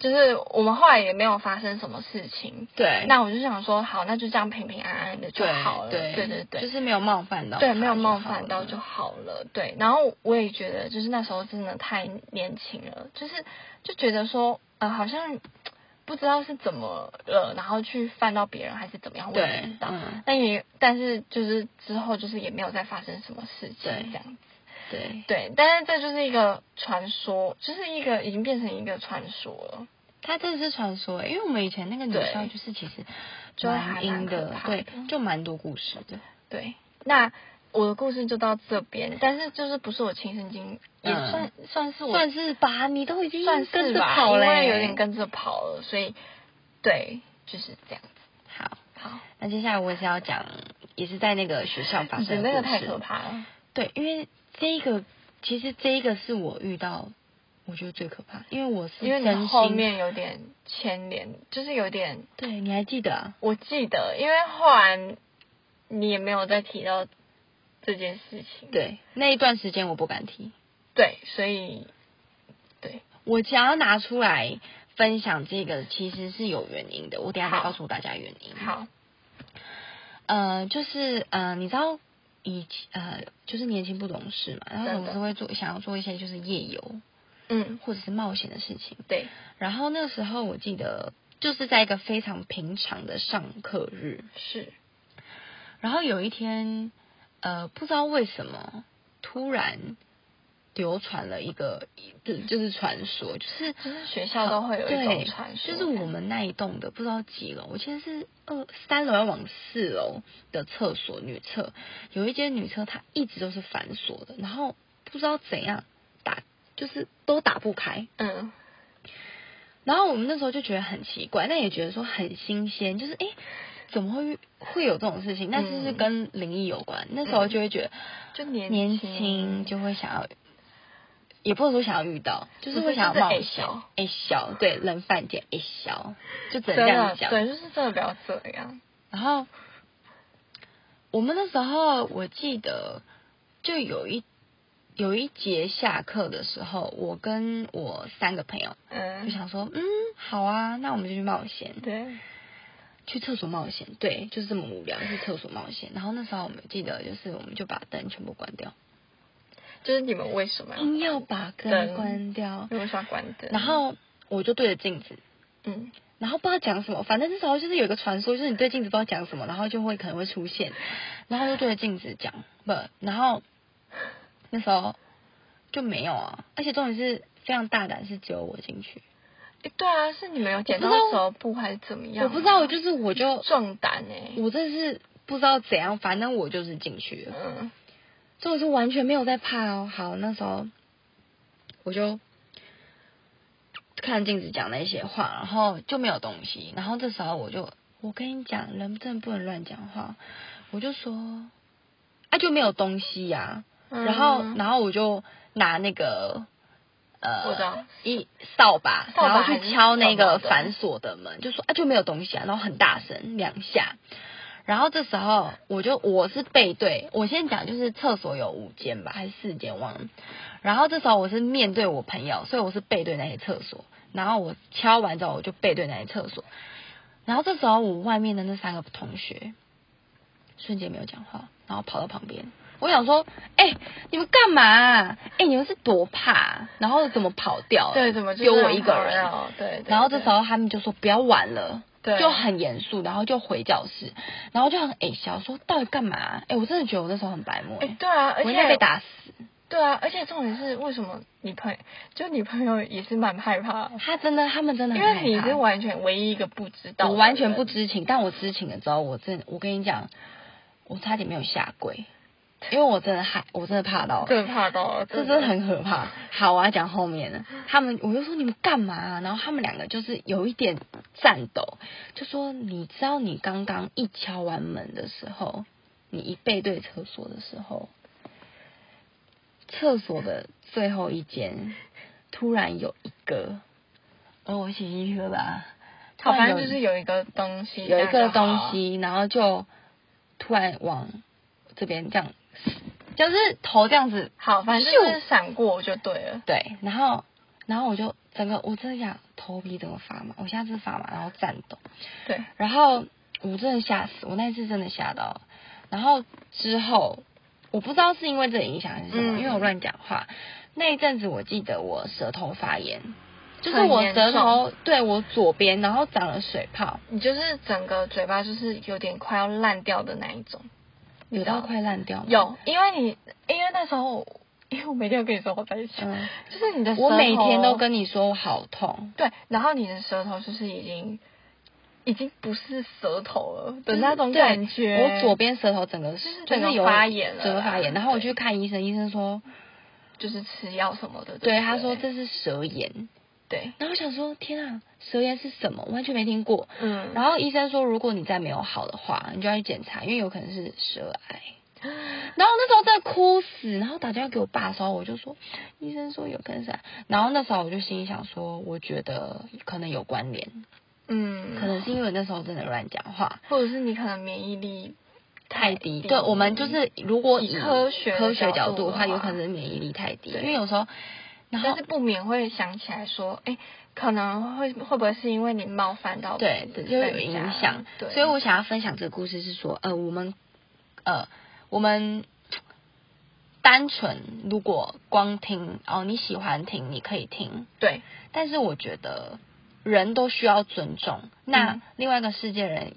Speaker 2: 就是我们后来也没有发生什么事情。
Speaker 1: 对
Speaker 2: 那我就想说，好，那就这样平平安安的就好了。
Speaker 1: 对
Speaker 2: 对对对，
Speaker 1: 就是没有冒犯到他就
Speaker 2: 对
Speaker 1: 好了，
Speaker 2: 没有冒犯到就好了。对，然后我也觉得，就是那时候真的太年轻了，就是就觉得说，呃，好像不知道是怎么了，然后去犯到别人还是怎么样，我也不知
Speaker 1: 对，
Speaker 2: 道。
Speaker 1: 嗯，
Speaker 2: 但也但是就是之后就是也没有再发生什么事情
Speaker 1: 对
Speaker 2: 这样子。
Speaker 1: 对，
Speaker 2: 对，但是这就是一个传说，就是一个已经变成一个传说了。
Speaker 1: 他真的是传说欸，因为我们以前那个女
Speaker 2: 对
Speaker 1: 校就是其实
Speaker 2: 就还
Speaker 1: 蛮阴
Speaker 2: 蛮可
Speaker 1: 的
Speaker 2: 怕，
Speaker 1: 对
Speaker 2: 的，
Speaker 1: 就蛮多故事的，
Speaker 2: 对，那我的故事就到这边，但是就是不是我亲身经，也
Speaker 1: 嗯
Speaker 2: 算、算是我
Speaker 1: 算是吧，你都已经
Speaker 2: 算
Speaker 1: 跟
Speaker 2: 是
Speaker 1: 着
Speaker 2: 吧，
Speaker 1: 跑
Speaker 2: 因
Speaker 1: 嘞，
Speaker 2: 为有点跟着跑了，所以对，就是这样子。
Speaker 1: 好。
Speaker 2: 好，
Speaker 1: 那接下来我也是要讲，也是在那个学校发
Speaker 2: 你
Speaker 1: 生的
Speaker 2: 那个
Speaker 1: 故
Speaker 2: 太
Speaker 1: 事
Speaker 2: 可怕了。
Speaker 1: 对，因为这一个其实这一个是我遇到我觉得最可怕，因为我是
Speaker 2: 因为
Speaker 1: 真
Speaker 2: 你
Speaker 1: 心
Speaker 2: 后面有点牵连，就是有点
Speaker 1: 对，你还记得啊？
Speaker 2: 我记得，因为后来你也没有再提到这件事情。
Speaker 1: 对，那一段时间我不敢提，
Speaker 2: 对，所以对，
Speaker 1: 我想要拿出来分享这个其实是有原因的，我等一下再
Speaker 2: 好
Speaker 1: 告诉大家原因。，
Speaker 2: 好，
Speaker 1: 呃，就是呃，你知道以前呃，就是年轻不懂事嘛，然后
Speaker 2: 真的
Speaker 1: 总是会做想要做一些就是夜游
Speaker 2: 嗯，
Speaker 1: 或者是冒险的事情。
Speaker 2: 对，
Speaker 1: 然后那时候我记得就是在一个非常平常的上课日，
Speaker 2: 是，
Speaker 1: 然后有一天，呃，不知道为什么突然流传了一个，就就是传说，就是
Speaker 2: 就是学校都会有一种
Speaker 1: 对
Speaker 2: 传说，
Speaker 1: 就是我们那一栋的不知道几楼，我记得是二三楼要往四楼的厕所女厕，有一间女厕它一直都是反锁的，然后不知道怎样打，就是都打不开。
Speaker 2: 嗯，
Speaker 1: 然后我们那时候就觉得很奇怪，但也觉得说很新鲜，就是诶，怎么会会有这种事情？那就是
Speaker 2: 嗯
Speaker 1: 跟灵异有关。那时候就会觉得
Speaker 2: 就年
Speaker 1: 年轻
Speaker 2: 轻，
Speaker 1: 就会想要，也不能说想要遇到，就是会想要
Speaker 2: 就是
Speaker 1: 冒
Speaker 2: 会
Speaker 1: 险
Speaker 2: 想。
Speaker 1: 诶，小对人犯贱，诶，小就只能
Speaker 2: 真
Speaker 1: 这样
Speaker 2: 的，
Speaker 1: 讲。
Speaker 2: 对，就是真的不要这样，
Speaker 1: 然后我们那时候我记得就有一有一节下课的时候，我跟我三个朋友就
Speaker 2: 嗯，
Speaker 1: 想说，嗯，好啊，那我们就去冒险，
Speaker 2: 对，
Speaker 1: 去厕所冒险，对，就是这么无聊，去厕所冒险。然后那时候我们记得就是，我们就把灯全部关掉，
Speaker 2: 就是你们为什么要
Speaker 1: 硬要把灯
Speaker 2: 灯
Speaker 1: 关掉，
Speaker 2: 你为什么要关灯？
Speaker 1: 然，后我就对着镜子。
Speaker 2: 嗯，
Speaker 1: 然后不知道讲什么，反正那时候就是有一个传说，就是你对镜子不知道讲什么，然后就会可能会出现，然后就对着镜子讲，不，然后那时候就没有啊，而且重点是非常大胆，是只有我进去，
Speaker 2: 诶对啊，是你们有捡
Speaker 1: 不
Speaker 2: 到
Speaker 1: 知道
Speaker 2: 手布还是怎么样？
Speaker 1: 我不知道，我就是我就
Speaker 2: 壮胆哎，
Speaker 1: 我真的是不知道怎样，反正我就是进去了，
Speaker 2: 嗯，
Speaker 1: 这我是完全没有在怕哦。好，那时候我就看镜子讲那些话，然后就没有东西。然后这时候我就，我跟你讲，人真的不能乱讲话。我就说，啊，就没有东西呀、然后，
Speaker 2: 嗯
Speaker 1: 然后我就拿那个。呃，
Speaker 2: 我知道
Speaker 1: 一扫把，
Speaker 2: 扫把
Speaker 1: 然后
Speaker 2: 还是
Speaker 1: 去敲那
Speaker 2: 扫把
Speaker 1: 个
Speaker 2: 的
Speaker 1: 反锁的门，就说啊就没有东西啊，然后很大声两下，然后这时候我就我是背对，我先讲就是厕所有五间吧，还是四间忘了。然后这时候我是面对我朋友，所以我是背对那些厕所。然后我敲完之后，我就背对那些厕所。然后这时候我外面的那三个同学瞬间没有讲话，然后跑到旁边。我想说，哎、你们干嘛、啊？哎、你们是多怕啊、然后怎么跑掉了？
Speaker 2: 对，怎么就
Speaker 1: 丢
Speaker 2: 是
Speaker 1: 我一个
Speaker 2: 很
Speaker 1: 人？
Speaker 2: 好绕？对，对
Speaker 1: 然后这时
Speaker 2: 对
Speaker 1: 候他们就说不要玩了，
Speaker 2: 对，
Speaker 1: 就很严肃，然后就回教室，然后就很哎笑，说到底干嘛、哎、我真的觉得我那时候很白目、
Speaker 2: 哎、
Speaker 1: 哎、
Speaker 2: 对啊，而
Speaker 1: 我应该被
Speaker 2: 且
Speaker 1: 打死。
Speaker 2: 对啊，而且重点是为什么你朋友就你朋友也是蛮害怕，
Speaker 1: 他真的，他们真的
Speaker 2: 因
Speaker 1: 很害
Speaker 2: 为
Speaker 1: 怕，
Speaker 2: 你是完全唯一一个不知道，
Speaker 1: 我完全不，知情，但我知情了之后，我真的我跟你讲，我差点没有下跪，因为我真的害，我真的怕到了。
Speaker 2: 真的怕到了，
Speaker 1: 这真的很可怕。好，我要讲后面了。他们，我就说你们干嘛、啊然后他们两个就是有一点战斗，就说你知道你刚刚一敲完门的时候，你一背对厕所的时候，厕所的最后一间突然有一个，哦，我起鸡皮疙瘩。
Speaker 2: 好，哦反正就是有一个东西，
Speaker 1: 有一个
Speaker 2: 啊
Speaker 1: 东，西，然后就突然往这边这样，就是头这样子
Speaker 2: 好，反正就是闪过就对了，
Speaker 1: 对，然后然后我就整个我真的想头皮整个发麻，我现在是发麻，然后颤抖，
Speaker 2: 对，
Speaker 1: 然后我真的吓死，我那一次真的吓到了。然后之后我不知道是因为这个影响还是什么，
Speaker 2: 嗯
Speaker 1: 因为我乱讲话。那一阵子我记得我舌头发炎，就是
Speaker 2: 很
Speaker 1: 我
Speaker 2: 严
Speaker 1: 舌
Speaker 2: 重
Speaker 1: 头对我左边，然后长了水泡，
Speaker 2: 你就是整个嘴巴就是有点快要烂掉的那一种，
Speaker 1: 有到快烂掉吗，
Speaker 2: 有，因为你因为那时候，因为我每天都跟你说我在一起，
Speaker 1: 嗯。
Speaker 2: 就是你的舌头，
Speaker 1: 我每天都跟你说我好痛，
Speaker 2: 对，然后你的舌头就是已经已经不是舌头了
Speaker 1: 就
Speaker 2: 的
Speaker 1: 是
Speaker 2: 那种
Speaker 1: 对
Speaker 2: 感觉。
Speaker 1: 我左边舌头整个
Speaker 2: 是
Speaker 1: 就
Speaker 2: 整个
Speaker 1: 是有
Speaker 2: 发炎了啦
Speaker 1: 整个发炎。然后我
Speaker 2: 对
Speaker 1: 去看医生，医生说，
Speaker 2: 就是吃药什么的。
Speaker 1: 对，
Speaker 2: 不
Speaker 1: 他说这是舌炎。
Speaker 2: 对，
Speaker 1: 然后我想说，天啊，舌炎是什么？完全没听过。
Speaker 2: 嗯，
Speaker 1: 然后医生说，如果你再没有好的话，你就要去检查，因为有可能是舌癌。然后那时候真的哭死，然后打电话给我爸的时候，我就说，医生说有可能是癌。然后那时候我就心里想说，我觉得可能有关联，
Speaker 2: 嗯，
Speaker 1: 可能是因为那时候真的乱讲话，
Speaker 2: 或者是你可能免疫力
Speaker 1: 太低。对，我们就是如果
Speaker 2: 以
Speaker 1: 以
Speaker 2: 科学的
Speaker 1: 科学角
Speaker 2: 角
Speaker 1: 度
Speaker 2: 度
Speaker 1: 的话，
Speaker 2: 的
Speaker 1: 有
Speaker 2: 话
Speaker 1: 可能是免疫力太低，因
Speaker 2: 对
Speaker 1: 为有时候，然
Speaker 2: 但
Speaker 1: 后
Speaker 2: 是不免会想起来说，哎，可能会会不会是因为你冒犯到
Speaker 1: 对
Speaker 2: 别人
Speaker 1: 就有影响。
Speaker 2: 对，
Speaker 1: 所以我想要分享这个故事是说，呃，我们呃我们。单纯如果光听哦，你喜欢听你可以听，
Speaker 2: 对
Speaker 1: 但是我觉得人都需要尊重。那
Speaker 2: 嗯
Speaker 1: 另外一个世界人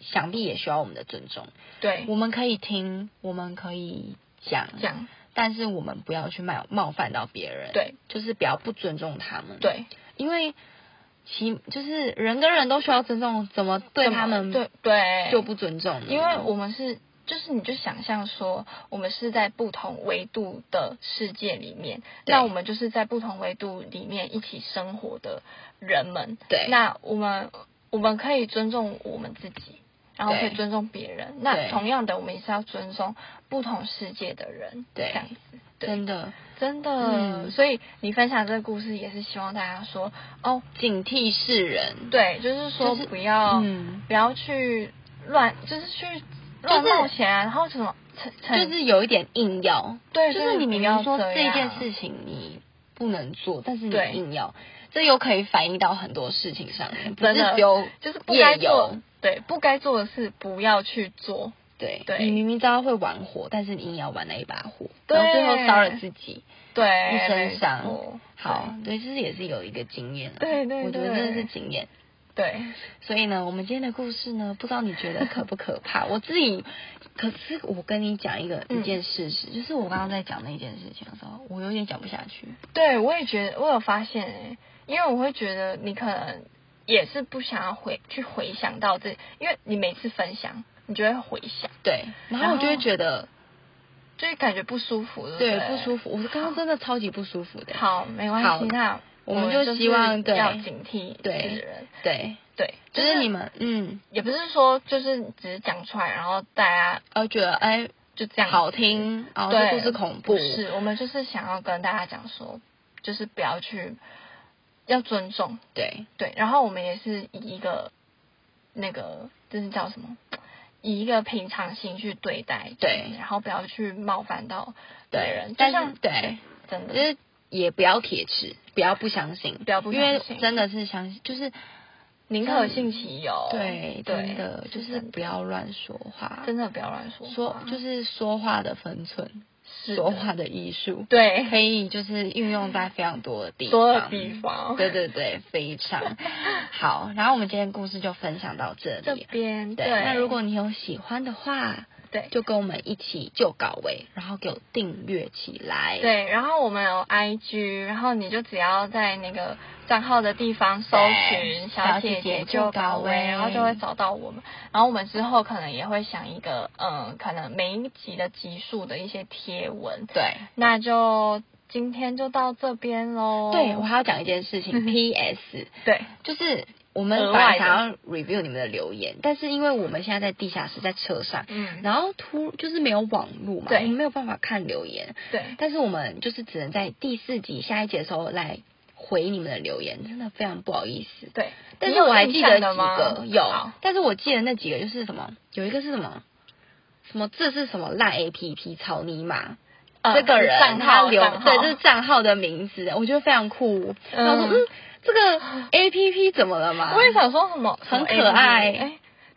Speaker 1: 想必也需要我们的尊重。
Speaker 2: 对
Speaker 1: 我们可以听，我们可以讲，
Speaker 2: 这样
Speaker 1: 但是我们不要去冒冒犯到别人，，
Speaker 2: 对
Speaker 1: 就是不要不尊重他们，，
Speaker 2: 对，
Speaker 1: 因为其就是人跟人都需要尊重，怎么对
Speaker 2: 怎么
Speaker 1: 他们
Speaker 2: 对对
Speaker 1: 就不尊重呢？
Speaker 2: 因为我们是，就是你就想象说，我们是在不同维度的世界里面，
Speaker 1: 对
Speaker 2: 那我们就是在不同维度里面一起生活的人们。
Speaker 1: 对
Speaker 2: 那我们我们可以尊重我们自己，然后
Speaker 1: 对
Speaker 2: 可以尊重别
Speaker 1: 对
Speaker 2: 人。那同样的，我们也是要尊重不同世界的人。
Speaker 1: 对
Speaker 2: 这样子对
Speaker 1: 真的
Speaker 2: 真的，
Speaker 1: 嗯
Speaker 2: 所以你分享这个故事也是希望大家说，哦，
Speaker 1: 警惕世人，
Speaker 2: 对，就是说
Speaker 1: 就是
Speaker 2: 不要。
Speaker 1: 嗯，
Speaker 2: 不要去乱，就是去乱
Speaker 1: 就是
Speaker 2: 冒险啊，然后什么成成
Speaker 1: 就是有一点硬要，
Speaker 2: 对，
Speaker 1: 就是你明
Speaker 2: 不
Speaker 1: 明
Speaker 2: 要
Speaker 1: 说
Speaker 2: 这
Speaker 1: 这件
Speaker 2: 样
Speaker 1: 事情你不能做，但是你
Speaker 2: 对
Speaker 1: 硬要，这又可以反映到很多事情上面，不是
Speaker 2: 真的
Speaker 1: 只有
Speaker 2: 就是不该
Speaker 1: 夜
Speaker 2: 做
Speaker 1: 游。，
Speaker 2: 对，不该做的事不要去做，
Speaker 1: 对，
Speaker 2: 对
Speaker 1: 你明明知道会玩火，但是你硬要玩那一把火，
Speaker 2: 对
Speaker 1: 然后最后烧了自己。
Speaker 2: 对，
Speaker 1: 一身
Speaker 2: 没
Speaker 1: 伤
Speaker 2: 错
Speaker 1: 好，对，这也是有一个经验、啊。
Speaker 2: 对对
Speaker 1: 我觉得真的是
Speaker 2: 对
Speaker 1: 经验。
Speaker 2: 对，
Speaker 1: 所以呢，我们今天的故事呢，不知道你觉得可不可 怕？我自己，可是我跟你讲一个
Speaker 2: 嗯
Speaker 1: 一件事实，就是我刚刚在讲那件事情的时候，我有点讲不下去。
Speaker 2: 对我也觉得，我有发现哎、因为我会觉得你可能也是不想要回去回想到这，因为你每次分享，你就会回想，
Speaker 1: 对，然后我就会觉得，
Speaker 2: 就是感觉不舒服，
Speaker 1: 对，
Speaker 2: 不
Speaker 1: 不舒服。我刚刚真的超级不舒服的。
Speaker 2: 好，没
Speaker 1: 好
Speaker 2: 关系，那
Speaker 1: 我
Speaker 2: 们
Speaker 1: 们就希望
Speaker 2: 就是
Speaker 1: 对
Speaker 2: 要警惕
Speaker 1: 对
Speaker 2: 世人，
Speaker 1: 对，
Speaker 2: 对，
Speaker 1: 就是你们，嗯，
Speaker 2: 也不是说就是只是讲出来，然后大家
Speaker 1: 呃，觉得哎
Speaker 2: 就这样
Speaker 1: 好听，然后
Speaker 2: 对
Speaker 1: 这故事恐怖
Speaker 2: 不，是，我们就是想要跟大家讲说，就是不要去要尊重，
Speaker 1: 对，
Speaker 2: 对。然后我们也是以一个那个这是叫什么？以一个平常心去对待，
Speaker 1: 对
Speaker 2: 然后不要去冒犯到别
Speaker 1: 对
Speaker 2: 人，，
Speaker 1: 但
Speaker 2: 就像
Speaker 1: 是对，
Speaker 2: 真
Speaker 1: 就
Speaker 2: 的
Speaker 1: 是也不要铁齿，不要不相信，
Speaker 2: 不要不
Speaker 1: 因为
Speaker 2: 相信
Speaker 1: 真的是相信，就是
Speaker 2: 宁可信其有，
Speaker 1: 对，
Speaker 2: 哦对，
Speaker 1: 真的就是
Speaker 2: 真的
Speaker 1: 不要乱说话，
Speaker 2: 真的不要乱说话，
Speaker 1: 说就是说话的分寸，
Speaker 2: 是的
Speaker 1: 说话的艺术，
Speaker 2: 对，
Speaker 1: 可以就是运用在非常多的地
Speaker 2: 所有
Speaker 1: 方。
Speaker 2: 地方。
Speaker 1: 对对对，非 常好。然后我们今天故事就分享到这
Speaker 2: 这
Speaker 1: 里。
Speaker 2: 边
Speaker 1: 对，那如果你有喜欢的话，
Speaker 2: 对
Speaker 1: 就跟我们一起就稿位，然后给我订阅起来。
Speaker 2: 对，然后我们有 IG，然后你就只要在那个账号的地方搜
Speaker 1: 对
Speaker 2: 寻“
Speaker 1: 小姐
Speaker 2: 姐
Speaker 1: 姐就
Speaker 2: 就
Speaker 1: 高
Speaker 2: 高危”，
Speaker 1: 危
Speaker 2: 然后就会找到我们。然后我们之后可能也会想一个，嗯，可能每一集的集数的一些贴文。
Speaker 1: 对
Speaker 2: 那就今天就到这边喽。
Speaker 1: 对，我还要讲一件事
Speaker 2: 嗯
Speaker 1: 情。P.S.
Speaker 2: 对
Speaker 1: 就是我们本
Speaker 2: 额
Speaker 1: 来
Speaker 2: 外的
Speaker 1: 想要 review 你们的留言，但是因为我们现在在地下室，在车上，
Speaker 2: 嗯，
Speaker 1: 然后突就是没有网络嘛，
Speaker 2: 对
Speaker 1: 我们没有办法看留言，
Speaker 2: 对
Speaker 1: 但是我们就是只能在第四集下一节的时候来回你们的留言，真的非常不好意思。
Speaker 2: 对。
Speaker 1: 但
Speaker 2: 你
Speaker 1: 是
Speaker 2: 有
Speaker 1: 我还
Speaker 2: 印
Speaker 1: 记
Speaker 2: 象
Speaker 1: 得几
Speaker 2: 的吗
Speaker 1: 个有
Speaker 2: 好，
Speaker 1: 但是我记得那几个就是什么，有一个是什么，什么这是什么烂 A P P 草泥马，
Speaker 2: 呃
Speaker 1: 这个人
Speaker 2: 账
Speaker 1: 他
Speaker 2: 号
Speaker 1: 留
Speaker 2: 账号
Speaker 1: 对，这是账号的名字，我觉得非常酷。然后我说
Speaker 2: 嗯
Speaker 1: 嗯，这个 A P P 怎么了嘛？
Speaker 2: 我也想说什么
Speaker 1: 很
Speaker 2: 什么
Speaker 1: 可爱
Speaker 2: APP 哎，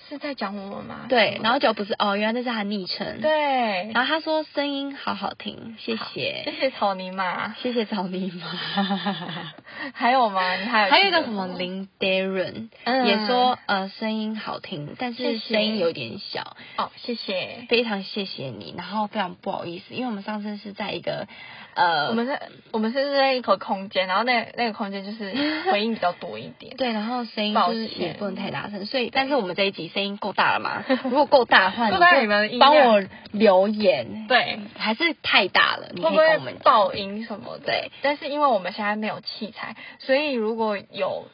Speaker 2: 是在讲我们吗？
Speaker 1: 对，然后就不是哦，原来这是他昵称。，
Speaker 2: 对，
Speaker 1: 然后他说声音好好听，谢
Speaker 2: 谢
Speaker 1: 谢，
Speaker 2: 谢草泥马。
Speaker 1: 谢谢草泥马。
Speaker 2: 还有吗？你还有
Speaker 1: 还有一
Speaker 2: 记得
Speaker 1: 个什么
Speaker 2: 吗
Speaker 1: 林 Darren、
Speaker 2: 嗯
Speaker 1: 也说呃声音好听，但是
Speaker 2: 谢谢
Speaker 1: 声音有点小，
Speaker 2: 哦，谢谢。
Speaker 1: 非常谢谢你，然后非常不好意思，因为我们上次是在一个呃
Speaker 2: 我们是，我们是在一个空间，然后那那个空 间就是回应比较多一点。
Speaker 1: 对，然后声音
Speaker 2: 抱
Speaker 1: 就是
Speaker 2: 歉
Speaker 1: 也不能太大声，所以但是我们这一集声音够大了 嘛？如果够大的话，
Speaker 2: 不知道
Speaker 1: 就
Speaker 2: 你们的音
Speaker 1: 帮
Speaker 2: 量
Speaker 1: 我留言，
Speaker 2: 对，
Speaker 1: 还是太大了，你
Speaker 2: 会
Speaker 1: 可
Speaker 2: 不
Speaker 1: 以跟我
Speaker 2: 会
Speaker 1: 们讲
Speaker 2: 爆音什么的？
Speaker 1: 对，
Speaker 2: 但是因为我们现在没有器材，所以如果有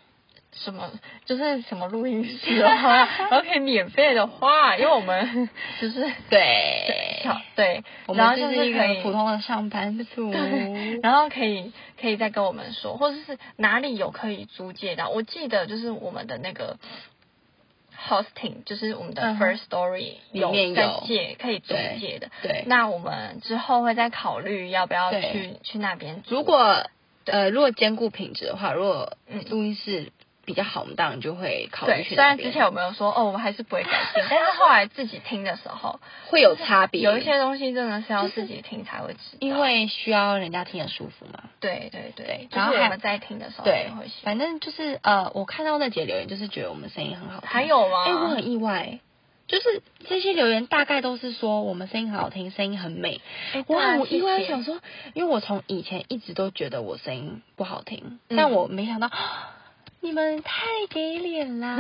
Speaker 2: 什么就是什么录音室的 话，然后可以免费的话，因为我们 就是
Speaker 1: 对，
Speaker 2: 小对，
Speaker 1: 我
Speaker 2: 然后
Speaker 1: 们
Speaker 2: 就
Speaker 1: 就是一
Speaker 2: 可
Speaker 1: 个
Speaker 2: 以
Speaker 1: 普通的上班 族，
Speaker 2: 然后可以可以再跟我们说，或者是哪里有可以租借到。我记得就是我们的那个 hosting，就是我们的
Speaker 1: 嗯哼
Speaker 2: First Story
Speaker 1: 里
Speaker 2: 有
Speaker 1: 面
Speaker 2: 在
Speaker 1: 有
Speaker 2: 借可以租
Speaker 1: 对
Speaker 2: 借的。
Speaker 1: 对。
Speaker 2: 那我们之后会再考虑要不要
Speaker 1: 对
Speaker 2: 去去那边租。
Speaker 1: 如果呃，如果兼顾品质的话，如果
Speaker 2: 嗯
Speaker 1: 录音室比较好，我们当然就会考虑
Speaker 2: 对，
Speaker 1: 去
Speaker 2: 虽
Speaker 1: 那
Speaker 2: 然
Speaker 1: 边。
Speaker 2: 之前我们有说哦，我们还是不会改进，但是后来自己听的时 候，
Speaker 1: 会有差别，
Speaker 2: 有一些东西真的是要
Speaker 1: 就是
Speaker 2: 自己听才会知道。
Speaker 1: 因为需要人家听得舒服嘛。
Speaker 2: 对对对，就
Speaker 1: 然后
Speaker 2: 是
Speaker 1: 还
Speaker 2: 我们在听的时候
Speaker 1: 对
Speaker 2: 也会喜
Speaker 1: 反
Speaker 2: 欢。
Speaker 1: 正就是呃，我看到那几个留言，就是觉得我们声音很好听。
Speaker 2: 还，有吗？
Speaker 1: 哎、我很意外。就是这些留言大概都是说我们声音很好听，声音很美。
Speaker 2: 哎
Speaker 1: 我
Speaker 2: 对啊
Speaker 1: 很意
Speaker 2: 谢
Speaker 1: 外，
Speaker 2: 谢
Speaker 1: 想说，因为我从以前一直都觉得我声音不好听，
Speaker 2: 嗯，
Speaker 1: 但我没想到 你们太给脸啦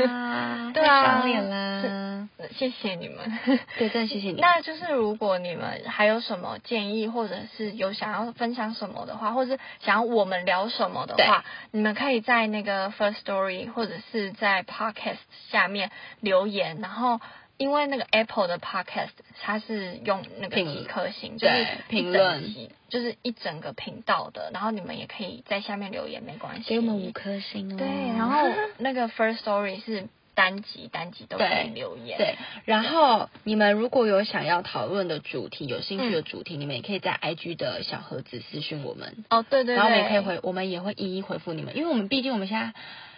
Speaker 2: 对啊
Speaker 1: 太赏脸啦。
Speaker 2: 谢谢你们。
Speaker 1: 对，真的谢谢你。
Speaker 2: 那就是如果你们还有什么建议，或者是有想要分享什么的话，或者是想要我们聊什么的话，你们可以在那个 First Story 或者是在 Podcast 下面留言，然后。因为那个 Apple 的 Podcast，它是用那个
Speaker 1: 评
Speaker 2: 几颗星，就
Speaker 1: 对
Speaker 2: 是一整
Speaker 1: 评论
Speaker 2: 集，就是一整个频道的。然后你们也可以在下面留言，没关系。
Speaker 1: 给我们五颗星哦。
Speaker 2: 对，然后那个 First Story 是单集单集都可
Speaker 1: 对
Speaker 2: 以留言。
Speaker 1: 对，然后你们如果有想要讨论的主题、有兴趣
Speaker 2: 嗯
Speaker 1: 的主题，你们也可以在 IG 的小盒子私讯我们，
Speaker 2: 哦，对对对，
Speaker 1: 然后我们也可以回，我们也会一一回复你们，因为我们毕竟我们现在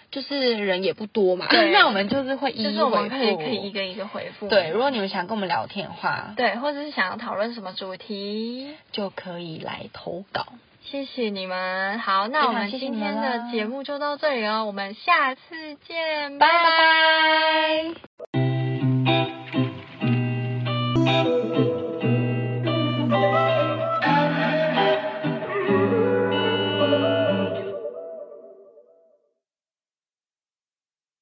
Speaker 1: 就是人也不多嘛，
Speaker 2: 对
Speaker 1: 那我们就是会一一
Speaker 2: 嗯
Speaker 1: 回
Speaker 2: 就是
Speaker 1: 复。
Speaker 2: 我们可以可以一个一个回复。
Speaker 1: 对，如果你们想跟我们聊天的话，
Speaker 2: 对，或者是想要讨论什么主题，
Speaker 1: 就可以来投稿。
Speaker 2: 谢谢你们。好，那
Speaker 1: 非
Speaker 2: 我
Speaker 1: 常
Speaker 2: 们
Speaker 1: 谢谢
Speaker 2: 今
Speaker 1: 你们啦
Speaker 2: 天哦的节目就到这里了，我们下次见，
Speaker 1: 拜拜